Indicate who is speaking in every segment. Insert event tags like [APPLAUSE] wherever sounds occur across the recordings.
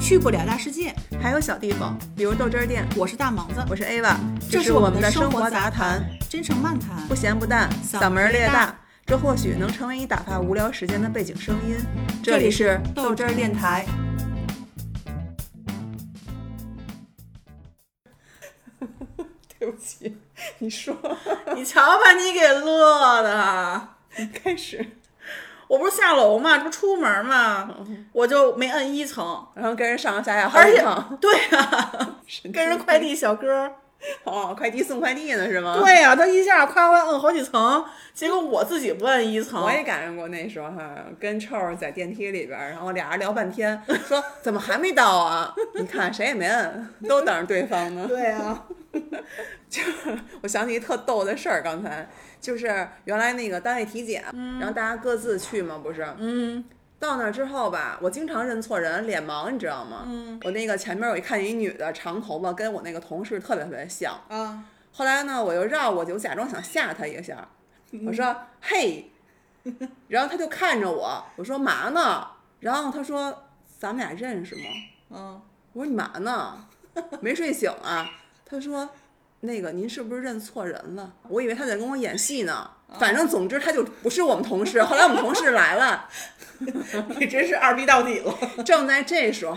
Speaker 1: 去不了大世界。
Speaker 2: 还有小地方，比如豆汁儿店。
Speaker 1: 我是大盲子，
Speaker 2: 我是 Ava，
Speaker 1: 这
Speaker 2: 是
Speaker 1: 是我
Speaker 2: 们
Speaker 1: 们
Speaker 2: 的
Speaker 1: 的
Speaker 2: 生
Speaker 1: 生
Speaker 2: 活
Speaker 1: 活
Speaker 2: 杂
Speaker 1: 杂
Speaker 2: 谈，
Speaker 1: 真诚漫谈
Speaker 2: 不。咸不淡，
Speaker 1: 嗓
Speaker 2: 嗓
Speaker 1: 门
Speaker 2: 门
Speaker 1: 儿
Speaker 2: 儿
Speaker 1: 略
Speaker 2: 略
Speaker 1: 大
Speaker 2: 大。这或许能成为你打发无聊时间的背景声音。
Speaker 1: 这里
Speaker 2: 是
Speaker 1: 豆汁儿电台。
Speaker 2: 对不起，你说
Speaker 1: 你瞧把你给乐的，
Speaker 2: 开始，
Speaker 1: 我不是下楼嘛，这不出门嘛，我就没摁一层，
Speaker 2: 然后跟人上上下下好
Speaker 1: 而
Speaker 2: 几
Speaker 1: 且
Speaker 2: 趟，
Speaker 1: 对啊，
Speaker 2: 神
Speaker 1: 跟人
Speaker 2: 经
Speaker 1: 快递小哥儿。
Speaker 2: 哦，快递送快递呢是吗？，
Speaker 1: 对呀、他一下夸夸摁好几层，结果我自己不摁一层
Speaker 2: 我，也赶上过那时候哈，跟臭儿在电梯里边儿，然后俩人聊半天，说怎么还没到啊？你看谁也没摁，都等着对方呢。
Speaker 1: 对啊，
Speaker 2: 我想起一特逗的事儿，刚才就是原来那个单位体检，然后大家各自去嘛，不是？
Speaker 1: 嗯，
Speaker 2: 到那儿之后吧，我经常认错人，脸盲，你知道吗？
Speaker 1: 嗯，
Speaker 2: 我那个前面我一看见一女的，长头发，跟我那个同事特别特别像。
Speaker 1: 啊，
Speaker 2: 后来呢，我又绕过去，我假装想吓她一下，
Speaker 1: 嗯
Speaker 2: 我
Speaker 1: [LAUGHS]
Speaker 2: 说嘿，然后她就看着我，我说嘛呢？然后她说咱们俩认识吗？
Speaker 1: 嗯，
Speaker 2: 我说你嘛呢？ [LAUGHS] 没睡醒啊？他说，那个您是不是认错人了？我以为他在跟我演戏呢。
Speaker 1: 哦
Speaker 2: 反正总之他就不是我们同事。后来我们同事来
Speaker 1: [LAUGHS]
Speaker 2: 了，
Speaker 1: 你真是二逼到 [LAUGHS] 底了，
Speaker 2: 正在这时候，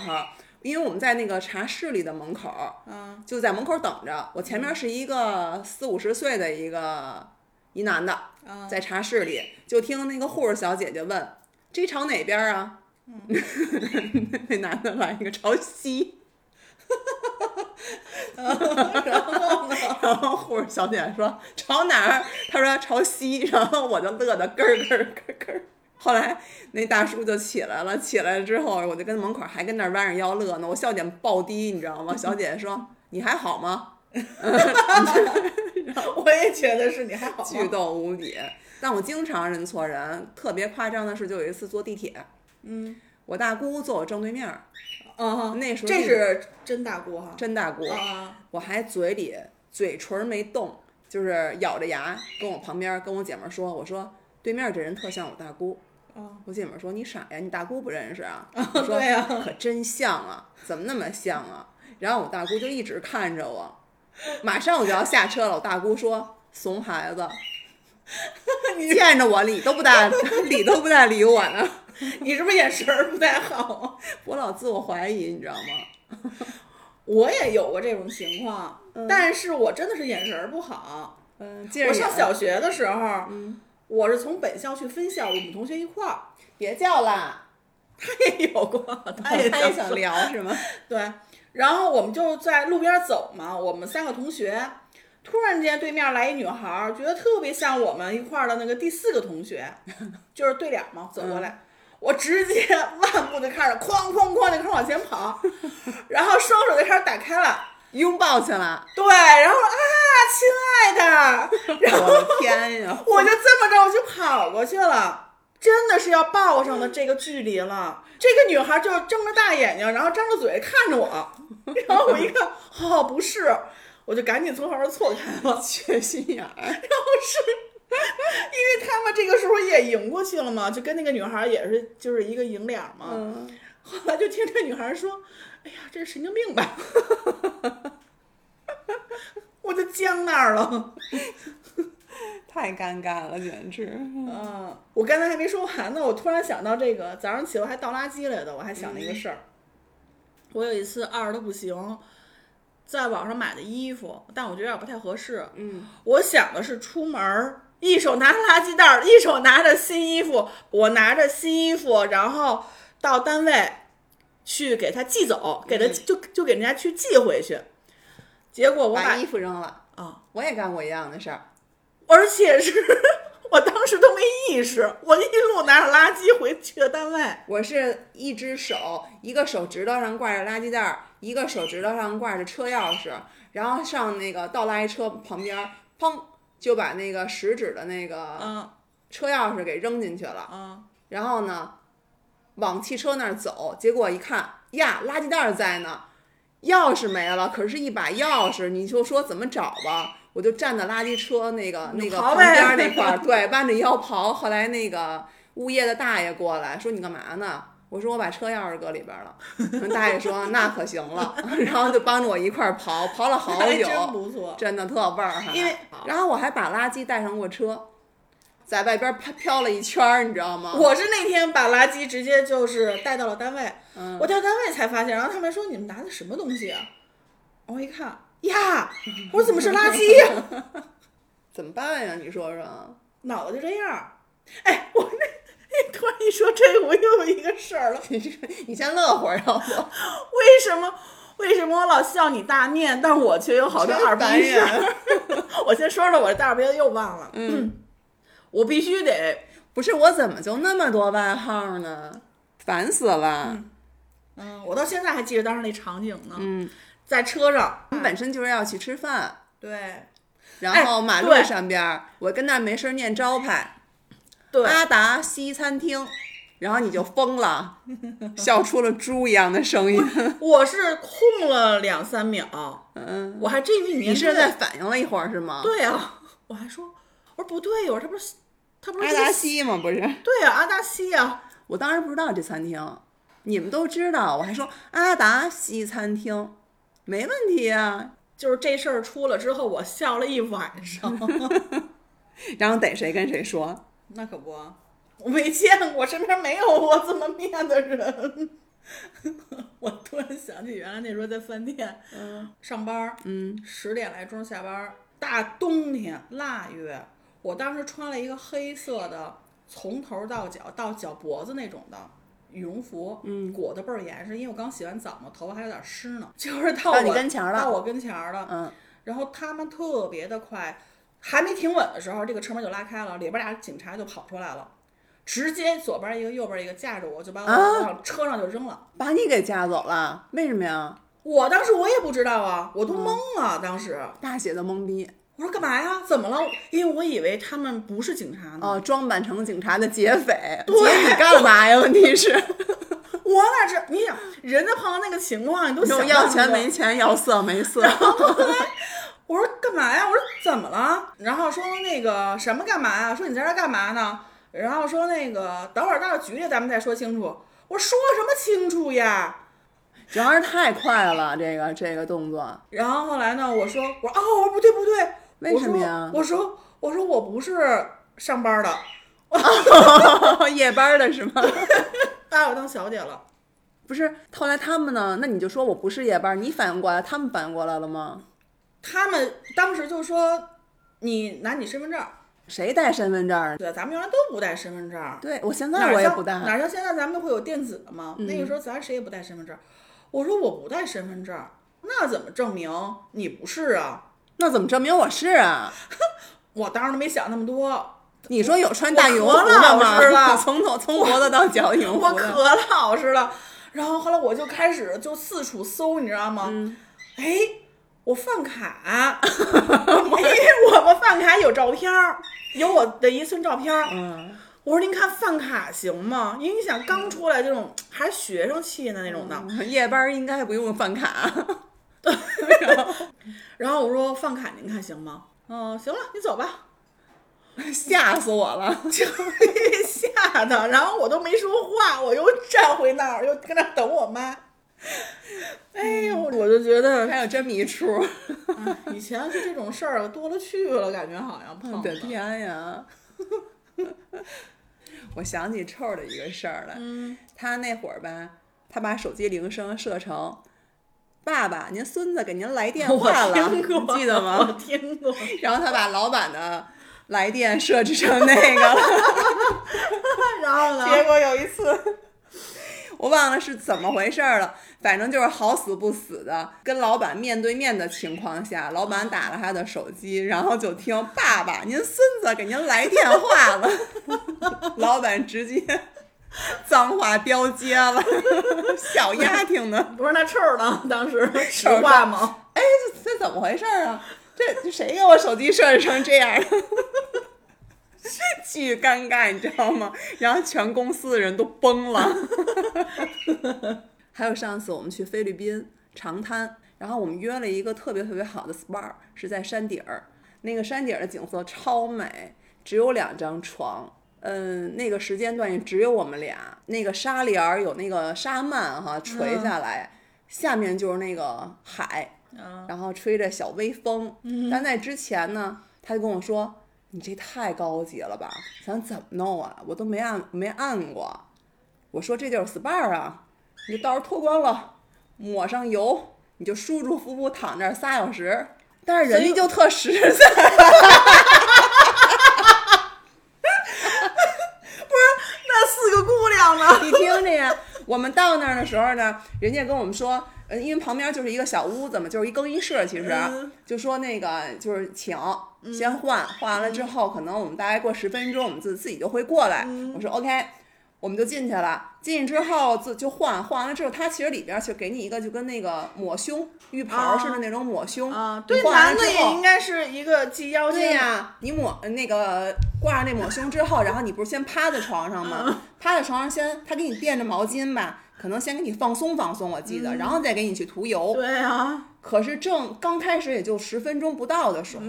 Speaker 2: 因为我们在那个茶室里的门口，
Speaker 1: 嗯
Speaker 2: 就在门口等着。我前面是一个四五十岁的一个一男的，
Speaker 1: 嗯
Speaker 2: 在茶室里，就听那个护士小姐姐问：“这朝哪边儿啊？”
Speaker 1: 嗯
Speaker 2: [LAUGHS] 那男的来一个朝西。然后护士小姐说朝哪儿？他说朝西，然后我就乐得咯儿咯儿咯儿咯儿。后来那大叔就起来了，起来之后我就跟门口还跟那儿弯着腰乐呢，我笑点爆低，你知道吗？小姐姐说你还好吗？ [LAUGHS]
Speaker 1: 我也觉得是你还好
Speaker 2: 巨逗无比。但我经常认错人，特别夸张的是，就有一次坐地铁，
Speaker 1: 嗯
Speaker 2: 我大姑坐我正对面儿，哦
Speaker 1: 嗯，
Speaker 2: 那时候
Speaker 1: 这
Speaker 2: 地
Speaker 1: 是真大锅哈，
Speaker 2: 真大姑，
Speaker 1: 啊，
Speaker 2: 我还嘴里嘴唇没动，就是咬着牙跟我旁边跟我姐们儿说，我说对面这人特像我大姑。
Speaker 1: 啊
Speaker 2: 我姐们儿说你傻呀，你大姑不认识啊？我说
Speaker 1: 对呀
Speaker 2: 可真像啊，怎么那么像啊？然后我大姑就一直看着我，马上我就要下车了，我大姑说怂孩
Speaker 1: [LAUGHS]
Speaker 2: 子，见着我理都不带理都不带理我呢，
Speaker 1: [LAUGHS] 你是不是眼神儿不太好？
Speaker 2: 我老自我怀疑，你知道吗？
Speaker 1: 我也有过这种情况，但是我真的是眼神儿不好。
Speaker 2: 嗯，接着
Speaker 1: 我上
Speaker 2: 演
Speaker 1: 小学的时候，我是从本校去分校，我们同学一块儿，
Speaker 2: 别叫啦，
Speaker 1: 他也有过，
Speaker 2: [LAUGHS] 他也
Speaker 1: 他也
Speaker 2: 想
Speaker 1: 想
Speaker 2: 聊是吗？
Speaker 1: 对，然后我们就在路边走嘛，我们三个同学，突然间对面来一女孩儿，觉得特别像我们一块儿的那个第四个同学， [LAUGHS] 就是对脸嘛，走过来。我直接漫步就开始哐哐哐就开始往前跑，然后双手就开始打开了，
Speaker 2: [LAUGHS] 拥抱去
Speaker 1: [LAUGHS]
Speaker 2: 了，
Speaker 1: 对，然后啊，亲爱的，然后
Speaker 2: 我的天呀！
Speaker 1: 我就这么着我就跑过去了，真的是要抱上的这个距离了。这个女孩就睁着大眼睛，然后张着嘴看着我，然后我一看，哦，不是，我就赶紧从后边错开了。
Speaker 2: 缺心眼儿，
Speaker 1: 因为他们这个时候也迎过去了嘛，就跟那个女孩也是就是一个迎脸嘛。
Speaker 2: 嗯，
Speaker 1: 后来就听这女孩说：“哎呀，这是神经病吧？”
Speaker 2: [LAUGHS]
Speaker 1: 我就僵那儿了。
Speaker 2: [LAUGHS] 太尴尬了，简直。
Speaker 1: 嗯，我刚才还没说完呢，我突然想到这个，早上起来我还倒垃圾来的，我还想了一个事儿。我有一次二的不行，在网上买的衣服，但我觉得有点不太合适。
Speaker 2: 嗯，
Speaker 1: 我想的是出门儿，一手拿垃圾袋儿，一手拿着新衣服，我拿着新衣服，然后到单位去给他寄走，给他、就就给人家去寄回去。结果我把
Speaker 2: 把衣服扔了
Speaker 1: 啊！
Speaker 2: 我也干过一样的事儿，
Speaker 1: 而且是我当时都没意识，我一路拿着垃圾回去的单位。
Speaker 2: 我是一只手，一个手指头上挂着垃圾袋儿，一个手指头上挂着车钥匙，然后上那个倒垃圾车旁边儿，砰就把那个食指的那个
Speaker 1: 嗯
Speaker 2: 车钥匙给扔进去了，
Speaker 1: 嗯，
Speaker 2: 然后呢，往汽车那儿走，结果一看呀，垃圾袋儿在呢，钥匙没了，可是一把钥匙，你就说怎么找吧？我就站在垃圾车那个那个
Speaker 1: 刨
Speaker 2: 旁
Speaker 1: 呗
Speaker 2: 边
Speaker 1: [LAUGHS]
Speaker 2: 那块儿，对，弯着腰刨。后来那个物业的大爷过来说：“你干嘛呢？”我说我把车钥匙搁里边了，大爷说那可行了， [LAUGHS] 然后就帮着我一块儿刨，刨了好嗯
Speaker 1: 还
Speaker 2: 久，
Speaker 1: 真不错。
Speaker 2: 真的特味儿哈。
Speaker 1: 因为
Speaker 2: 然后我还把垃圾带上过车，在外边飘飘了一圈儿，你知道吗？
Speaker 1: 我是那天把垃圾直接就是带到了单位，
Speaker 2: 嗯，
Speaker 1: 我到单位才发现，然后他们说你们拿的什么东西啊？我一看，呀，我说怎么是垃圾？
Speaker 2: 怎么办呀？你说说。 [LAUGHS]
Speaker 1: 脑子就这样儿。哎，我那你突然一说这个，我又有一个事儿了。
Speaker 2: 你这你先乐会儿，要不
Speaker 1: 为什么？为什么我老笑你大面，但我却 [LAUGHS] 有好多二逼
Speaker 2: 烦
Speaker 1: 事
Speaker 2: 人
Speaker 1: 儿？ [LAUGHS] 我先说说我这大耳鼻子又忘了。嗯， [CLEARS THROAT] 我必须得。
Speaker 2: 不是我怎么就那么多外号呢？烦死了！
Speaker 1: 嗯，我到现在还记得当时那场景呢，
Speaker 2: 嗯，
Speaker 1: 在车上
Speaker 2: 我。们本身就是要去吃饭，
Speaker 1: 对
Speaker 2: 嗯然后马路
Speaker 1: 哎对
Speaker 2: 上边儿，我跟那儿没事儿念招牌“
Speaker 1: 对，
Speaker 2: 阿达西餐厅”，然后你就疯
Speaker 1: [LAUGHS]
Speaker 2: 了，笑出了猪一样的声音。
Speaker 1: 我是空了两三秒，
Speaker 2: 嗯，
Speaker 1: 我还真以为
Speaker 2: 你
Speaker 1: 你
Speaker 2: 是在反应了一会儿是吗？
Speaker 1: 对啊，我还说，我说不对，我说他不是他不是
Speaker 2: 阿
Speaker 1: 这个
Speaker 2: 达西嘛，不是？
Speaker 1: 对啊，阿达西啊，
Speaker 2: 我当时不知道这餐厅，你们都知道，我还说阿达西餐厅，没问题啊。
Speaker 1: 就是这事儿出了之后，我笑了一晚
Speaker 2: [LAUGHS]
Speaker 1: 上。
Speaker 2: 然后逮谁跟谁说，
Speaker 1: 那可不，我没见过，身边没有我这么面的人。 [LAUGHS] 我突然想起原来那时候在饭店
Speaker 2: 嗯
Speaker 1: 上班，
Speaker 2: 嗯，
Speaker 1: 十点来钟下班儿，大冬天腊月，我当时穿了一个黑色的，从头到脚到脚脖子那种的羽绒服，
Speaker 2: 嗯，
Speaker 1: 裹得倍儿严实，因为我刚洗完澡嘛，头发还有点湿呢， [LAUGHS] 就是到
Speaker 2: 到
Speaker 1: 我
Speaker 2: 你跟前儿了，
Speaker 1: 到我跟前儿了，
Speaker 2: 嗯，
Speaker 1: 然后他们特别的快，还没停稳的时候，这个车门就拉开了，里边俩警察就跑出来了，直接左边一个，右边一个，架着我就把我
Speaker 2: 啊
Speaker 1: 往车上就扔了。
Speaker 2: 把你给架走了，为什么呀？
Speaker 1: 我当时我也不知道啊，我都
Speaker 2: 嗯
Speaker 1: 懵了。当时
Speaker 2: 大写的懵逼
Speaker 1: 我说干嘛呀？怎么了？因为我以为他们不是警察呢。
Speaker 2: 哦，装扮成警察的劫匪，劫
Speaker 1: 嗯对
Speaker 2: 你干嘛呀？问题是，
Speaker 1: [LAUGHS] 我哪知？你想，人家碰到那个情况，你都
Speaker 2: 又
Speaker 1: 想
Speaker 2: 要
Speaker 1: 办法
Speaker 2: 钱没钱，要色
Speaker 1: [LAUGHS]
Speaker 2: 没色，
Speaker 1: 我说干嘛呀？我说怎么了？然后说那个什么干嘛呀？说你在这儿干嘛呢？然后说那个等会儿到局里咱们再说清楚。我说什么清楚呀？
Speaker 2: 主要是太快了，这个这个动作， [LAUGHS]
Speaker 1: 然后后来呢，我说我说哦，我说不对不对，
Speaker 2: 为什么呀
Speaker 1: 我说我说我说我不是上班的，
Speaker 2: 夜班的是吗？ [LAUGHS]
Speaker 1: 把我当小姐了。
Speaker 2: 不是，后来他们呢？那你就说我不是夜班，你反应过来，他们反应过来了吗？
Speaker 1: 他们当时就说你拿你身份证儿，
Speaker 2: 谁带身份证儿？
Speaker 1: 对，咱们原来都不带身份证儿，
Speaker 2: 对我现
Speaker 1: 哪
Speaker 2: 在我也
Speaker 1: 像
Speaker 2: 不
Speaker 1: 哪
Speaker 2: 带，嗯
Speaker 1: 像现在咱们会有电子的嘛？那个时候咱谁也不带身份证儿。我说我不带身份证儿，那怎么证明你不是啊？
Speaker 2: 那怎么证明我是啊？
Speaker 1: 我当时没想那么多，
Speaker 2: 你说有穿大羽绒
Speaker 1: 我
Speaker 2: 服的
Speaker 1: 我知
Speaker 2: 吗？
Speaker 1: 道
Speaker 2: 从头从脖子到脚羽绒
Speaker 1: 我
Speaker 2: 服的，
Speaker 1: 可 [LAUGHS] 老实了。然后后来我就开始就四处搜，你知道吗？
Speaker 2: 嗯
Speaker 1: 哎，我饭卡，哎，我们饭卡有照片儿，有我的一寸照片儿。
Speaker 2: 嗯，
Speaker 1: 我说您看饭卡行吗？因为你想刚出来这种还学生气呢那种
Speaker 2: 嗯
Speaker 1: 的。
Speaker 2: 夜班应该不用饭卡，
Speaker 1: 然后我说饭卡您看行吗？嗯，行了，你走吧。 [LAUGHS]
Speaker 2: 吓死我了！
Speaker 1: 就被吓的，然后我都没说话，我又站回那儿，又跟那儿等我妈。哎呦，我就觉得
Speaker 2: 还有这么一出，
Speaker 1: 哎以前就这种事儿多了去了，感觉好像
Speaker 2: 我
Speaker 1: 碰
Speaker 2: 的
Speaker 1: 了。
Speaker 2: 天呀！ [LAUGHS] 我想起臭儿的一个事儿来，
Speaker 1: 嗯，
Speaker 2: 他那会儿吧，他把手机铃声设成“爸爸，您孙子给您来电话
Speaker 1: [LAUGHS] 我
Speaker 2: 了”，
Speaker 1: 听
Speaker 2: 你
Speaker 1: 过，
Speaker 2: 记得
Speaker 1: 我
Speaker 2: 吗？
Speaker 1: 听过。
Speaker 2: 然后他把老板的来电设置成那个了。
Speaker 1: [LAUGHS] 然后呢？
Speaker 2: 结果有一次， [LAUGHS] 我忘了是怎么回事儿了，反正就是好死不死的，跟老板面对面的情况下，老板打了他的手机，然后就听“爸爸，您孙子给您来电话了”， [LAUGHS] 老板直接脏话飙街了， [LAUGHS] 小丫挺的。
Speaker 1: 不是那臭儿呢？当时实
Speaker 2: 儿
Speaker 1: 话吗？
Speaker 2: 哎，这这怎么回事儿啊？这这谁给我手机设置成这样儿？ [LAUGHS] 巨尴尬，你知道吗？然后全公司的人都崩了。 [LAUGHS] 还有上次我们去菲律宾长滩，然后我们约了一个特别特别好的 SPA，是在山顶儿。那个山顶儿的景色超美，只有两张床，嗯，那个时间段也只有我们俩。那个纱帘儿有那个纱幔哈垂下来，下面就是那个海，然后吹着小微风。但在之前呢，他就跟我说：“你这太高级了吧？想怎么弄啊？我都没按没按过。”我说：“这就是 SPA 啊，你就到时候脱光了，抹上油，你就舒舒服服躺这儿仨小时。”但是人家就特实在。
Speaker 1: 那四个姑娘呢？
Speaker 2: 你听着呀，我们到那儿的时候呢，人家跟我们说，呃，因为旁边就是一个小屋子嘛，就是一更衣室，其实、
Speaker 1: 嗯
Speaker 2: 就说那个就是请先换，换完了之后，可能我们大概过十分钟，我们自自己就会过来。
Speaker 1: 嗯
Speaker 2: 我说 OK。我们就进去了，进去之后就就换，换完了之后，它其实里边就给你一个就跟那个抹胸浴袍似的那种抹胸
Speaker 1: 啊，
Speaker 2: 你
Speaker 1: 对，
Speaker 2: 换完
Speaker 1: 男
Speaker 2: 了
Speaker 1: 的
Speaker 2: 之
Speaker 1: 也
Speaker 2: 后
Speaker 1: 应该是一个系啊腰
Speaker 2: 对
Speaker 1: 间
Speaker 2: 呀、你抹呃那个挂上那抹胸之后，然后你不是先趴在床上吗？趴在床上先，他给你垫着毛巾吧，可能先给你放松放松，我记得，然后再给你去涂油。
Speaker 1: 对啊呀，
Speaker 2: 可是正刚开始也就十分钟不到的时候，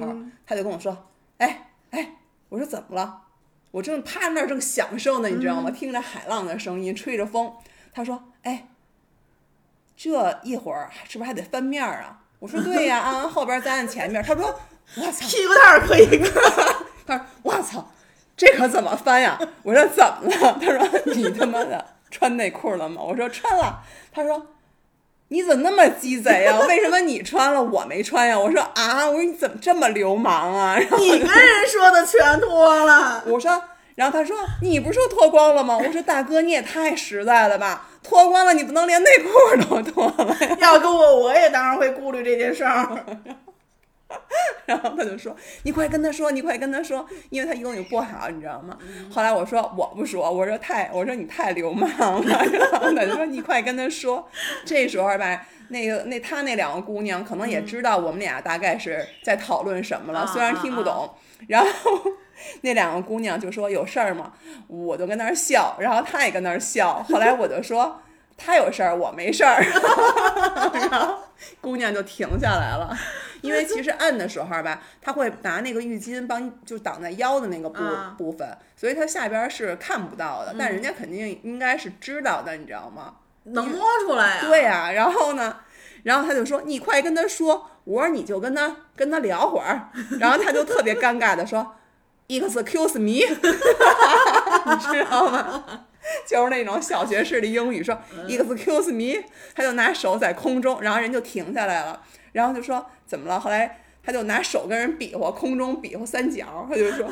Speaker 2: 他就跟我说：“哎哎，我说怎么了？我正趴那儿正享受呢，你知道吗？听着海浪的声音，吹着风。”他说：“哎，这一会儿是不是还得翻面儿啊？”我说：“对呀、按完后边再按前面。”他说：“我操！”
Speaker 1: 屁股蛋儿可以
Speaker 2: 他说：“我操，这可怎么翻呀？” [LAUGHS] 我说：“怎么了？”他说：“你他妈的穿内裤了吗？”我说：“穿了。”他说：“你怎么那么鸡贼呀？为什么你穿了我没穿呀？”我说：“啊，我说你怎么这么流氓啊？” [LAUGHS] 然后
Speaker 1: 你跟人说的全脱 [LAUGHS] 了，
Speaker 2: 我说。然后他说：“你不是说脱光了吗？”我说：“大哥，你也太实在了吧！脱光了，你不能连内裤都脱了呀。”
Speaker 1: 要跟我我也当然会顾虑这件事儿。
Speaker 2: 然后他就说：“你快跟他说，你快跟他说，因为他英语不好，你知道吗？”后来我说：“我不说，我说太，我说你太流氓了。”然后他就说：“你快跟他说。”这时候吧，那个那他那两个姑娘可能也知道我们俩大概是在讨论什么了，
Speaker 1: 啊
Speaker 2: 虽然听不懂。然后 [LAUGHS] 那两个姑娘就说：“有事儿吗？”我就跟那儿笑，然后他也跟那儿笑。后来我就说：“ [LAUGHS] 他有事儿，我没事儿。” [LAUGHS] 然后姑娘就停下来了，因为其实按的时候吧，他会拿那个浴巾帮你就挡在腰的那个部、
Speaker 1: 啊
Speaker 2: 部分，所以他下边是看不到的，但人家肯定应该是知道的，你知道吗？
Speaker 1: 能摸出来啊呀、
Speaker 2: 对呀、然后呢，然后他就说你快跟他说，我说你就跟他跟他聊会儿，然后他就特别尴尬的说，excuse me，你知道吗？就是那种小学式的英语，说 excuse me，他就拿手在空中，然后人就停下来了，然后就说怎么了？后来他就拿手跟人比划，空中比划三角，他就说。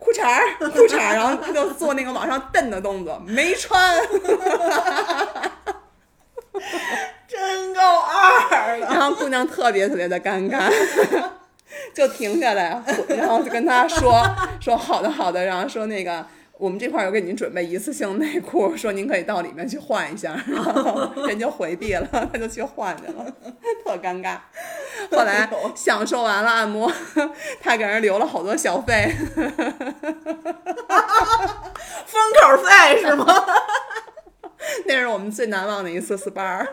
Speaker 2: 裤衩儿，裤衩儿，然后他就做那个往上蹬的动作，没穿，
Speaker 1: 真够二 [LAUGHS] 的。
Speaker 2: 然后姑娘特别特别的尴尬， [LAUGHS] 就停下来，然后就跟他说说好的好的，然后说那个我们这块儿有给您准备一次性内裤，说您可以到里面去换一下，然后人就回避了， [LAUGHS] 他就去换去了， [LAUGHS] 特尴尬。后来享受完了按摩，他给人留了好多小费，
Speaker 1: 封口费是吗？
Speaker 2: [LAUGHS] 那是我们最难忘的一次 SPA。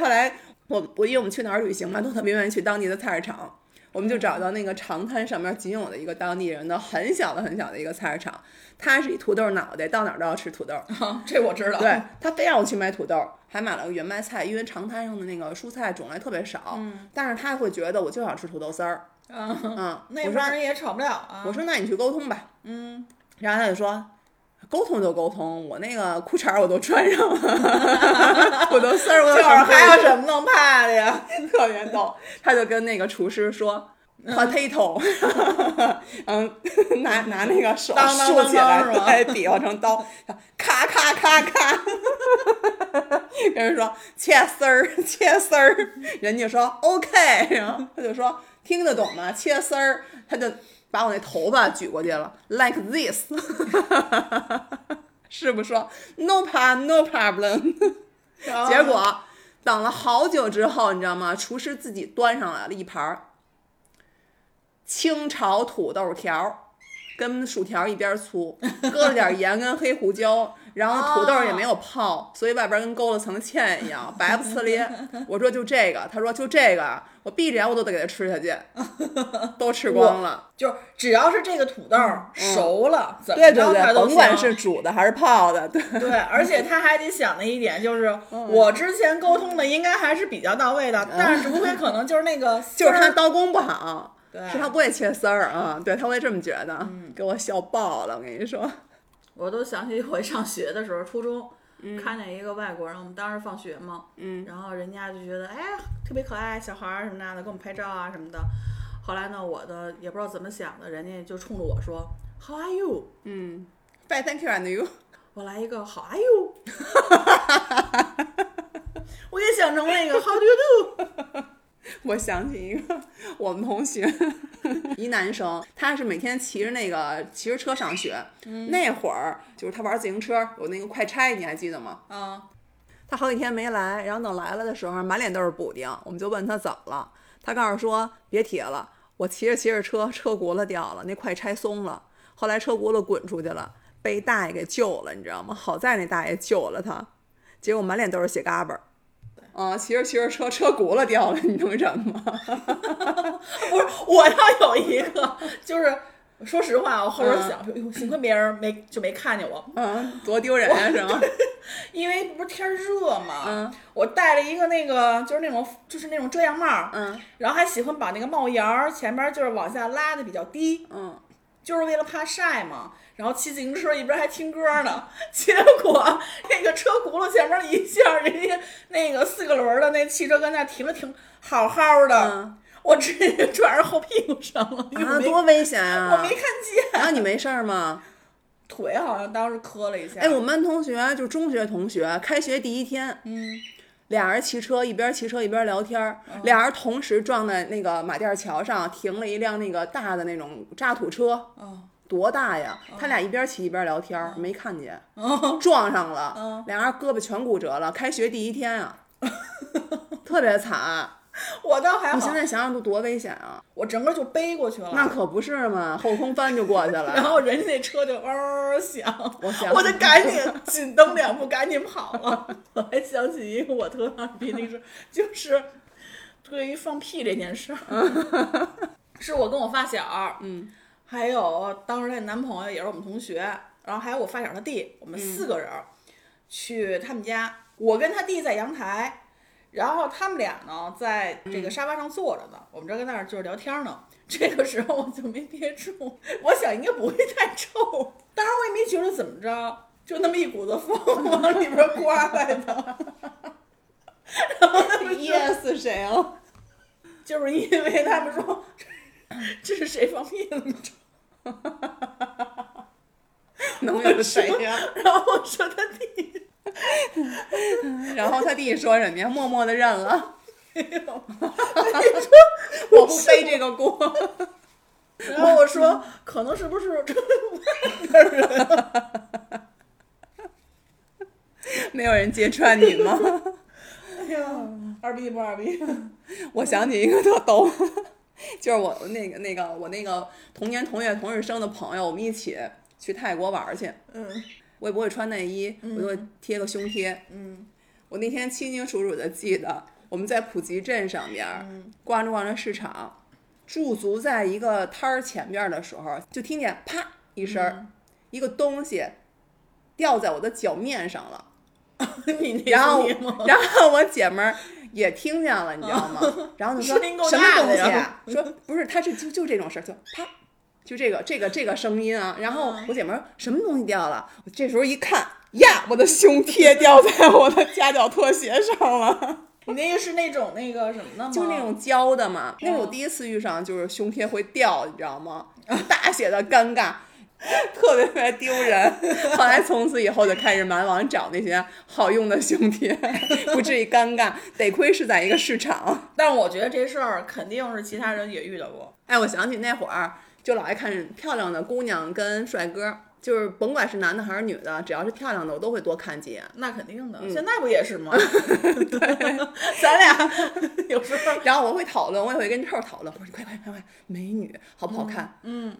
Speaker 2: 后来我我因为我们去哪儿旅行嘛，都特别愿意去当地的菜市场，我们就找到那个长滩上面仅有的一个当地人的很小的很小的一个菜市场，他是一土豆脑袋，到哪儿都要吃土豆。
Speaker 1: [LAUGHS] 这我知道。 [LAUGHS]
Speaker 2: 对他非要我去买土豆，还买了个圆白菜，因为长滩上的那个蔬菜种类特别少，但是他会觉得我就想吃土豆丝儿。
Speaker 1: 嗯，
Speaker 2: 嗯，
Speaker 1: 那
Speaker 2: 我说
Speaker 1: 帮人也吵不了啊。
Speaker 2: 我说那你去沟通吧，
Speaker 1: 嗯，
Speaker 2: 然后他就说，沟通就沟通，我那个裤衩儿我都穿上了， [LAUGHS] 土豆丝儿我有
Speaker 1: 就是
Speaker 2: 什么
Speaker 1: 还
Speaker 2: 用
Speaker 1: 有什么能怕的呀？ [LAUGHS]
Speaker 2: 特别逗，他就跟那个厨师说。potato，嗯，拿拿那个手
Speaker 1: 当当
Speaker 2: 竖起来，
Speaker 1: 当当是吗
Speaker 2: 对，比划成刀，咔咔咔咔， [LAUGHS] 跟人说切丝儿，切丝儿，人家说 OK，然 [LAUGHS] 后他就说听得懂吗？切丝儿，他就把我那头发举过去了，like this，师傅说 no pa no problem。
Speaker 1: 然后
Speaker 2: 结果等了好久之后，你知道吗？厨师自己端上来了一盘儿清炒土豆条儿，跟薯条一边粗，搁了点盐跟黑胡椒，然后土豆也没有泡，所以外边跟勾了层芡一样，白不呲咧。我说就这个，他说就这个，啊我闭着眼我都得给他吃下去，都吃光了。
Speaker 1: 就是只要是这个土豆儿熟了，怎
Speaker 2: 对
Speaker 1: 么
Speaker 2: 对
Speaker 1: 着它
Speaker 2: 对，
Speaker 1: 都
Speaker 2: 甭管
Speaker 1: 行
Speaker 2: 是煮的还是泡的，对，
Speaker 1: [LAUGHS] 对，而且他还得想的一点 [LAUGHS] 就是，我之前沟通的应该还是比较到位的，但是只不过可能 [LAUGHS] 就是那个丝
Speaker 2: 就是
Speaker 1: 儿，
Speaker 2: 他刀工不好，
Speaker 1: 对
Speaker 2: 是他不会切丝儿啊，对他会这么觉得，给我笑爆了，我跟你说，
Speaker 1: 我都想起我上学的时候，初中、看见一个外国人，我们当时放学嘛，嗯，然后人家就觉得哎特别可爱，小孩儿什么的，给我们拍照啊什么的。后来呢，我的也不知道怎么想的，人家就冲着我说 How are you？
Speaker 2: 嗯，Bye, thank you and you， [LAUGHS]
Speaker 1: 我来一个哎 How are you？我也想成那个 How do you do？
Speaker 2: 我想起一个我们同学， [LAUGHS] 一男生，他是每天骑着那个骑着车上学，那会儿就是他玩自行车有那个快拆，你还记得吗？
Speaker 1: 啊，
Speaker 2: 他好几天没来，然后等来了的时候，满脸都是补丁。我们就问他怎么了，他告诉说别提了，我骑着骑着车， [LAUGHS] 车轱辘掉了，那快拆松了，后来车轱辘滚出去了，被大爷给救了，你知道吗？好在那大爷救了他，结果满脸都是血嘎巴儿。啊、骑着骑着车，车轱辘掉了，你能忍吗？
Speaker 1: 不是，我要有一个，就是说实话，我后边想说，哎呦，幸亏别人没就没看见我，
Speaker 2: 嗯，多丢人啊，是吗？
Speaker 1: 因为不是天儿热嘛，
Speaker 2: 嗯
Speaker 1: 我戴了一个那个就是那种就是那种遮阳帽儿，
Speaker 2: 嗯
Speaker 1: 然后还喜欢把那个帽檐儿前边儿就是往下拉的比较低，
Speaker 2: 嗯，
Speaker 1: 就是为了怕晒嘛。然后骑自行车一边还听歌呢，结果那个车轱辘前面一下，人家那个四个轮儿的那汽车跟那停了停，好好的，
Speaker 2: 嗯
Speaker 1: 我直接撞人后屁股上了，因为我
Speaker 2: 啊，
Speaker 1: 没、
Speaker 2: 多危险
Speaker 1: 我
Speaker 2: 啊
Speaker 1: 没！看见。
Speaker 2: 然后你没事儿吗？
Speaker 1: 腿好像当时磕了一下。
Speaker 2: 哎，我们班同学就中学同学，啊开学第一天，
Speaker 1: 嗯，
Speaker 2: 俩人骑车，一边骑车一边聊天儿，俩人同时撞在那个马甸桥上，停了一辆那个大的那种渣土车，
Speaker 1: 哦，
Speaker 2: 多大呀？他俩一边骑一边聊天儿，没看见， [LAUGHS] 撞上了，俩人胳膊全骨折了，开学第一天 [LAUGHS] 啊，特别惨。
Speaker 1: 我倒还
Speaker 2: 你现
Speaker 1: 好，
Speaker 2: 在想想都多危险啊！
Speaker 1: 我整个就背过去了，
Speaker 2: 那可不是嘛，后空翻就过去 [LAUGHS]
Speaker 1: 然
Speaker 2: 了。
Speaker 1: 后人家那车就嗷嗷嗷响，
Speaker 2: 我想
Speaker 1: 我就赶紧紧蹬两步，赶紧跑了。我还想起一个我特二逼那事，就是对于放屁这件事儿，
Speaker 2: [LAUGHS]
Speaker 1: 是我跟我发小，
Speaker 2: 嗯，
Speaker 1: 还有当时那男朋友也是我们同学，然后还有我发小他弟，我们
Speaker 2: 嗯
Speaker 1: 四个人儿去他们家，我跟他弟在阳台，然后他们俩呢在这
Speaker 2: 嗯
Speaker 1: 个沙发上坐着呢，我们这跟那儿就是聊天呢。这个时候我就没憋住，我想应该不会太臭，当然我也没觉得怎么着，就那么一股子风往里边刮
Speaker 2: [LAUGHS]
Speaker 1: 来的，
Speaker 2: 噎死谁哦了？
Speaker 1: [LAUGHS] 就是因为他们说这是谁放屁了。
Speaker 2: 能有哎谁
Speaker 1: [LAUGHS]
Speaker 2: 呀？
Speaker 1: 然后我说他弟
Speaker 2: 然后他弟说什么呀？ [LAUGHS] 默默的认了，
Speaker 1: 没有。
Speaker 2: 我不背这个 [LAUGHS] 锅。
Speaker 1: 然后我说，可能是不是 [LAUGHS] 外边人？
Speaker 2: 没有人揭穿你吗？ [LAUGHS]
Speaker 1: 哎呀，二逼不二逼？
Speaker 2: 我想起一个特逗，就是我那个那个我那个同年同月同日生的朋友，我们一起去泰国玩儿去。
Speaker 1: 嗯
Speaker 2: 我也不会穿内衣，我就会贴个胸贴。
Speaker 1: 嗯
Speaker 2: 我那天清清楚楚的记得，我们在普吉镇上边儿逛着逛着市场，驻足在一个摊儿前边儿的时候，就听见啪一声儿，一个东西掉在我的脚面上了。
Speaker 1: 你那
Speaker 2: 然后
Speaker 1: 兄弟吗，
Speaker 2: 然后我姐们儿也听见了，你知道吗？然后就说
Speaker 1: 哦声音够
Speaker 2: 什么
Speaker 1: 大
Speaker 2: 东
Speaker 1: 的
Speaker 2: 西、啊
Speaker 1: 呀？
Speaker 2: 说不是，他是就就这种事儿，就啪，就这个这个这个声音啊。然
Speaker 1: 嗯
Speaker 2: 后我姐们儿说什么东西掉了？我这时候一看，呀，我的胸贴掉在我的夹脚拖鞋上了，
Speaker 1: [LAUGHS] 你那个是那种那个什么的吗？
Speaker 2: 就是那种胶的嘛。那是我第一次遇上，就是胸贴会掉，你知道吗？大写的尴尬。 [LAUGHS] 特别特别丢人，后来从此以后就开始满网找那些好用的胸贴， [LAUGHS] 不至于尴尬。得亏是在一个市场。
Speaker 1: 但是我觉得这事儿肯定是其他人也遇到过。
Speaker 2: 哎，我想起那会儿就老爱看漂亮的姑娘跟帅哥，就是甭管是男的还是女的，只要是漂亮的，我都会多看几眼。
Speaker 1: 那肯定的，现在不也是 [LAUGHS] 吗？咱俩有时候
Speaker 2: 然后我会讨论，我也会跟臭讨论，我说快快快快，美女好不好看？嗯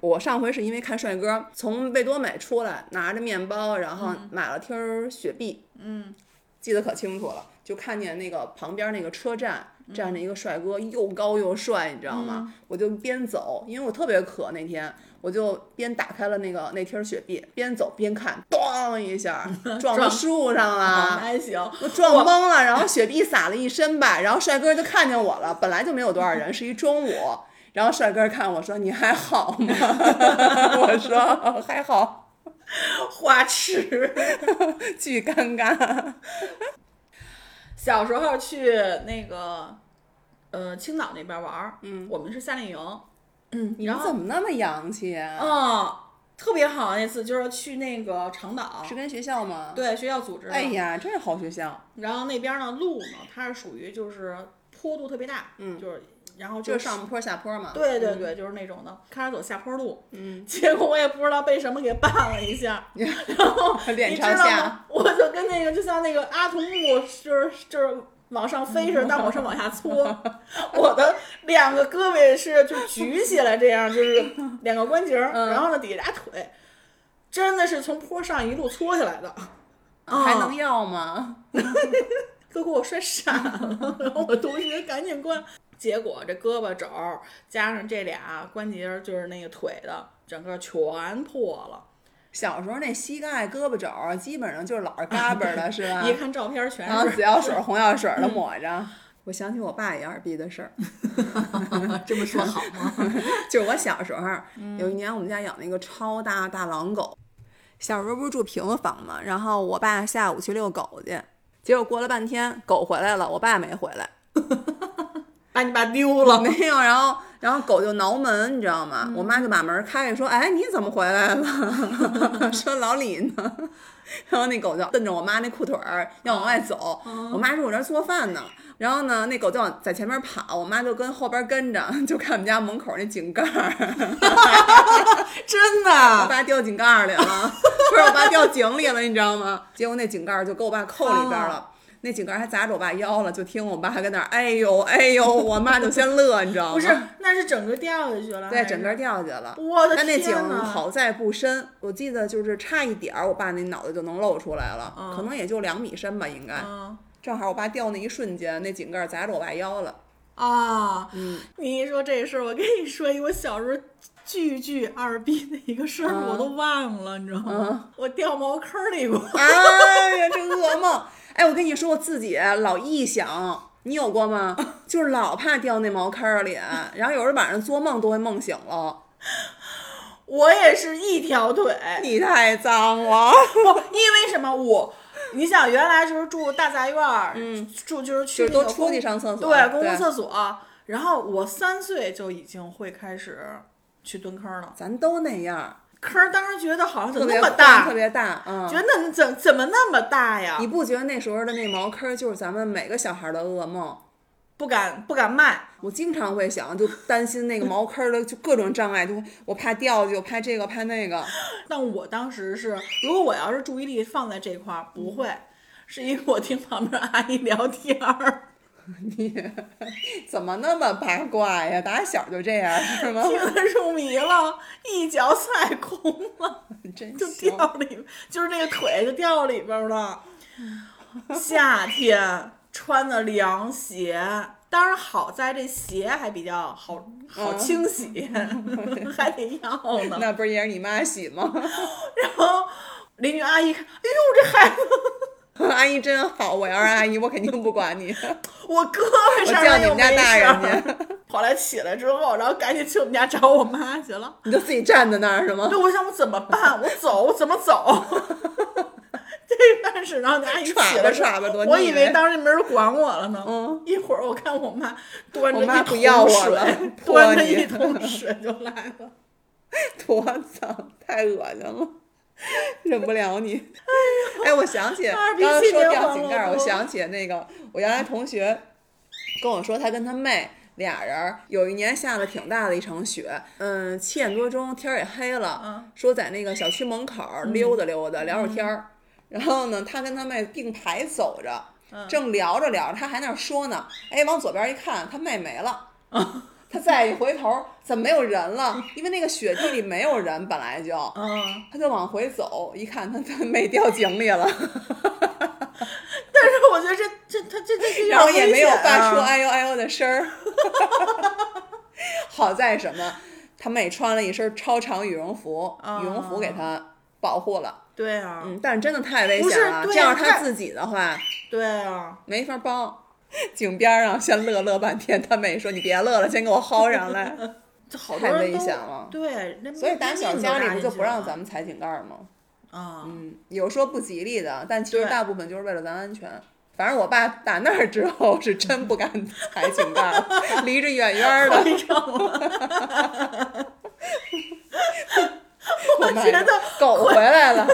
Speaker 2: 我上回是因为看帅哥，从贝多美出来，拿着面包，然后买了听儿雪碧，嗯，记得可清楚了，就看见那个旁边那个车站站着一个帅哥，又高又帅，你知道吗？我就边走，因为我特别渴那天。我就边打开了那个那听儿雪碧，边走边看，咣一下 [LAUGHS] 撞到
Speaker 1: 撞
Speaker 2: 树上了
Speaker 1: [LAUGHS] 啊，，还行。
Speaker 2: 我撞懵了，然后雪碧洒了一身吧，然后帅哥就看见我了，本来就没有多少人，是一中午，然后帅哥看我说你还好吗？ [LAUGHS] 我说还好，
Speaker 1: 花痴。
Speaker 2: 巨尴尬。
Speaker 1: 小时候去那个，呃，青岛那边玩儿，嗯，我们是夏令营，
Speaker 2: 嗯，你
Speaker 1: 然后
Speaker 2: 怎么那么洋气啊？
Speaker 1: 嗯，特别好。那次就是去那个长岛，
Speaker 2: 是跟学校吗？
Speaker 1: 对学校组织的，
Speaker 2: 哎呀，真是好学校，
Speaker 1: 然后那边呢路呢，它是属于就是坡度特别大，嗯，就是然后
Speaker 2: 就是
Speaker 1: 是
Speaker 2: 上坡下坡嘛。
Speaker 1: 对对对，就是那种的，开始走下坡路，嗯，结果我也不知道被什么给绊了一下，然后
Speaker 2: 脸
Speaker 1: 你知
Speaker 2: 朝
Speaker 1: 道
Speaker 2: 下
Speaker 1: 吗？我就跟那个就像那个阿童木，就是就是往上飞似的，但我是往
Speaker 2: [LAUGHS]
Speaker 1: 下搓，我的两个胳膊是就举起来这样，就是两个关节儿，
Speaker 2: 嗯
Speaker 1: 然后呢底下俩腿，真的是从坡上一路搓下来的，
Speaker 2: 还能要吗？
Speaker 1: 都给我摔傻了，然后我同学赶紧过来，结果这胳膊肘儿加上这俩关节儿，就是那个腿的，整个全破了。
Speaker 2: [LAUGHS] 小时候那膝盖、胳膊肘儿基本上就是老是嘎巴儿的，是 [LAUGHS] 吧？
Speaker 1: 一看照片儿全
Speaker 2: 然后
Speaker 1: 是
Speaker 2: 紫药水、红药水的抹着。我想起我爸也二逼的事儿，
Speaker 1: 这么说好吗？
Speaker 2: [LAUGHS] 就是我小时候儿，有一年我们家养了一个超大大狼狗，小时候不是住平房嘛，然后我爸下午去遛狗去，结果过了半天狗回来了，我爸没回来，
Speaker 1: 把你爸丢
Speaker 2: [LAUGHS]
Speaker 1: 了，
Speaker 2: 没有，然后然后狗就挠门，你知道吗？我妈就把门开开说：“哎，你怎么回来了？” [LAUGHS] 说老李呢。 [LAUGHS] 然后那狗就瞪着我妈那裤腿儿要往外走，我妈说我这儿做饭呢。然后呢，那狗就往在前面跑，我妈就跟后边跟着， [LAUGHS] 就看我们家门口那井盖儿，
Speaker 1: 真
Speaker 2: 我
Speaker 1: 的。
Speaker 2: 爸掉井盖儿里
Speaker 1: [LAUGHS]
Speaker 2: 了，不是我爸掉井里了，你知道吗？结果那井盖儿就给我爸扣里边儿了。
Speaker 1: 啊
Speaker 2: 那井盖儿还砸着我爸腰了，就听我爸还跟那儿哎呦哎呦，我妈就先乐，你知道吗？
Speaker 1: 不是，那是整个掉下去了。
Speaker 2: 对，
Speaker 1: 还是
Speaker 2: 整个。掉下去了。
Speaker 1: 我的
Speaker 2: 但那井
Speaker 1: 天呐
Speaker 2: 好在不深，我记得就是差一点儿，我爸那脑袋就能露出来了，
Speaker 1: 啊
Speaker 2: 可能也就两米深吧，应该。
Speaker 1: 嗯
Speaker 2: 正好我爸掉那一瞬间，那井盖砸着我爸腰了。
Speaker 1: 啊，你一说这事儿，我跟你说一个我小时候巨巨二逼的一个事儿，我都忘了，你知道吗？我掉茅坑儿里过。 [LAUGHS]
Speaker 2: [LAUGHS] 哎呀，这噩梦！哎，我跟你说，我自己老臆想，你有过吗？就是老怕掉那茅坑儿里，然后有时候晚上做梦都会梦醒了。
Speaker 1: 我也是一条 [LAUGHS] 腿，
Speaker 2: 你太脏了，
Speaker 1: [LAUGHS] 因为什么？我，你想原来就是住大杂院儿，住就是
Speaker 2: 嗯
Speaker 1: 去
Speaker 2: 就
Speaker 1: 那
Speaker 2: 是都
Speaker 1: 个
Speaker 2: 出
Speaker 1: 公
Speaker 2: 去上厕所。
Speaker 1: 对公共厕所。然后我三岁就已经会开始去蹲坑了，
Speaker 2: 咱都那样，
Speaker 1: 坑儿当时觉得好像怎
Speaker 2: 特
Speaker 1: 么
Speaker 2: 别
Speaker 1: 那么
Speaker 2: 宽
Speaker 1: 大
Speaker 2: 特，别大，嗯。
Speaker 1: 觉得那怎怎么那么大呀
Speaker 2: 你？不觉得那时候的那茅坑儿就是咱们每个小孩儿的噩梦？
Speaker 1: 不敢不敢迈，
Speaker 2: 我经常会想，就担心那个茅坑儿的就各种障碍，就我怕掉下去，我怕这个，怕那个。
Speaker 1: 但我当时是，如果我要是注意力放在这块儿，
Speaker 2: 嗯
Speaker 1: 不会，是因为我听旁边阿姨聊天儿，
Speaker 2: 怎么那么八卦呀？打小就这样是吗？
Speaker 1: 听得入迷了，一脚踩空了，
Speaker 2: [LAUGHS] 真
Speaker 1: 就
Speaker 2: 行。
Speaker 1: 掉里，就是那个腿就掉里边儿了。夏天穿的凉鞋，当然好在这鞋还比较好好清洗，
Speaker 2: 嗯 [LAUGHS]
Speaker 1: [LAUGHS] 还得要呢。
Speaker 2: 那不是也是你妈洗吗？ [LAUGHS]
Speaker 1: 然后邻居阿姨看，哎呦，这孩子，
Speaker 2: 阿姨真好，我要是阿姨，我肯定不管你， [LAUGHS]
Speaker 1: 我胳膊
Speaker 2: 我
Speaker 1: 上
Speaker 2: 叫你
Speaker 1: 又
Speaker 2: 们家
Speaker 1: 没
Speaker 2: 大
Speaker 1: 事儿
Speaker 2: 人去，
Speaker 1: [LAUGHS] 后来起来之后，然后赶紧去我们家找我妈去了。
Speaker 2: 你就自己站在那儿是吗
Speaker 1: 对，？我想我怎么办？我走，我怎么走？ [LAUGHS] 这但是然后阿姨起
Speaker 2: 耍吧
Speaker 1: 来之后
Speaker 2: 耍吧，多腻
Speaker 1: 我以为
Speaker 2: 歪
Speaker 1: 当时没人管我了呢。
Speaker 2: 嗯，
Speaker 1: 一会儿我看我妈端着
Speaker 2: 我妈
Speaker 1: 一
Speaker 2: 不要
Speaker 1: 桶
Speaker 2: 我了
Speaker 1: [LAUGHS] 水，
Speaker 2: 泼
Speaker 1: 端着
Speaker 2: 你
Speaker 1: 一桶水就来
Speaker 2: [LAUGHS]
Speaker 1: 了。
Speaker 2: 多脏，太恶心了，忍不了你。 [LAUGHS] 哎，我想起
Speaker 1: 二
Speaker 2: 刚
Speaker 1: 逼
Speaker 2: 刚
Speaker 1: 气
Speaker 2: 说
Speaker 1: 得
Speaker 2: 掉
Speaker 1: 慌
Speaker 2: 井
Speaker 1: 了
Speaker 2: 盖儿，我
Speaker 1: 都
Speaker 2: 想起那个我原来同学跟我说，他跟他妹俩人儿有一年下了挺大的一场雪，嗯，七点多钟天儿也黑了，
Speaker 1: 嗯
Speaker 2: 说在那个小区门口儿溜达溜达、聊会儿天儿，然后呢，他跟他妹并排走着，
Speaker 1: 嗯
Speaker 2: 正聊着聊着，他还那儿说呢，哎，往左边一看，他妹没了。他再一回头，怎么没有人了？因为那个雪地里没有人，本来就，
Speaker 1: 嗯，
Speaker 2: 他就往回走，一看他他妹掉井里
Speaker 1: [LAUGHS]
Speaker 2: 了，
Speaker 1: 但是我觉得这这他这这这
Speaker 2: 然后也没有发出
Speaker 1: 爱
Speaker 2: 哎呦哎呦的声儿。 [LAUGHS] 好在什么？他妹穿了一身超长羽绒服，羽绒服给他保护了。
Speaker 1: 对啊，
Speaker 2: 嗯，但是真的太危
Speaker 1: 不是
Speaker 2: 险了。
Speaker 1: 对
Speaker 2: 这要是
Speaker 1: 那
Speaker 2: 他自己的话，
Speaker 1: 对啊，
Speaker 2: 没法帮。井边上先乐乐半天，他妹说：“你别乐了，先给我薅上
Speaker 1: [LAUGHS]
Speaker 2: 来。
Speaker 1: 这好多
Speaker 2: 太
Speaker 1: 人
Speaker 2: 危
Speaker 1: 都
Speaker 2: 险了
Speaker 1: 对，那”
Speaker 2: 所以打小家里不就不让
Speaker 1: 咱
Speaker 2: 咱们踩井盖吗？
Speaker 1: 啊？
Speaker 2: 嗯，有说不吉利的，但其实
Speaker 1: 对
Speaker 2: 大部分就是为了咱安全。反正我爸打那儿之后是真不敢踩井盖了，离着远远儿的。我妈
Speaker 1: 啊觉得
Speaker 2: 狗回来了，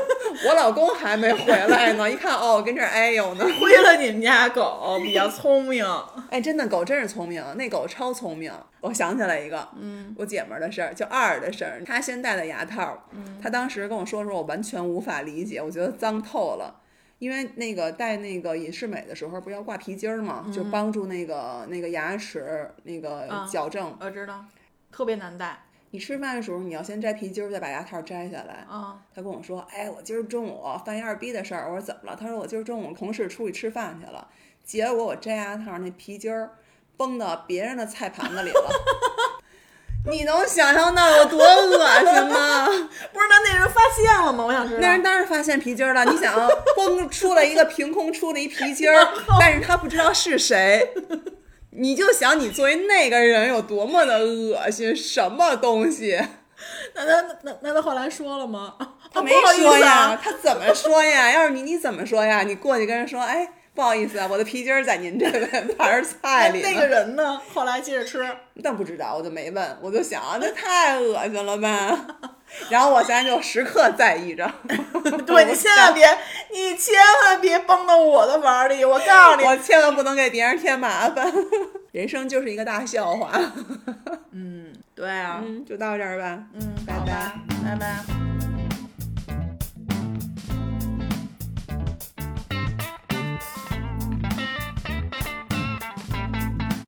Speaker 2: 我老公还没回来呢。一看哦，跟这儿哎呦呢。
Speaker 1: 亏了你们家狗比较聪
Speaker 2: [LAUGHS]
Speaker 1: 明，
Speaker 2: 哎，真的狗真是聪明，那狗超聪明。我想起来一个，嗯，我姐们儿的事儿，就二儿的事儿。她先戴的牙套，嗯，她当时跟我说说，我完全无法理解，我觉得脏透了。因为那个戴那个隐适美的时候，不是要挂皮筋儿嘛，就帮助那个那个牙齿那个
Speaker 1: 啊
Speaker 2: 矫正。
Speaker 1: 我知道，特别难带
Speaker 2: 你吃饭的时候，你要先摘皮筋儿，再把牙套摘下来。
Speaker 1: 啊。
Speaker 2: 他跟我说：“哎，我今儿中午犯一二逼的事儿。”我说：“怎么了？”他说：“我今儿中午同事出去吃饭去了，结果我摘牙套那皮筋儿崩到别人的菜盘子里了。” [LAUGHS] 你能想象到有多恶心吗？
Speaker 1: 不是，那那人发现了吗？我想知道。
Speaker 2: 那人当然发现皮筋儿了。你想，崩出了一个凭空出了一皮筋儿，但是他不知道是谁。 [LAUGHS] 你就想你作为那个人有多么的恶心，什么东西？
Speaker 1: 那那那那他后来说了吗？
Speaker 2: 他
Speaker 1: 啊
Speaker 2: 没
Speaker 1: 不好意
Speaker 2: 说
Speaker 1: 思
Speaker 2: 呀，
Speaker 1: 啊，
Speaker 2: 他怎么说呀？要是你，你怎么说呀？你过去跟人说，哎，不好意思啊，我的皮筋儿在您这
Speaker 1: [LAUGHS]
Speaker 2: 个盘儿菜里呢。
Speaker 1: 那个人呢？后来接着吃，
Speaker 2: 但不知道，我就没问，我就想，啊那太恶心了吧。然后我现在就时刻在意着。
Speaker 1: [LAUGHS] 对你千万别，你千万别崩到我的碗儿里，我告诉你，
Speaker 2: 我千万不能给别人添麻烦。 [LAUGHS] 人生就是一个大笑话。
Speaker 1: 嗯，对啊，
Speaker 2: [LAUGHS] 嗯，就到这儿吧。
Speaker 1: 嗯，
Speaker 2: 拜
Speaker 1: 好
Speaker 2: 拜
Speaker 1: 吧，拜拜。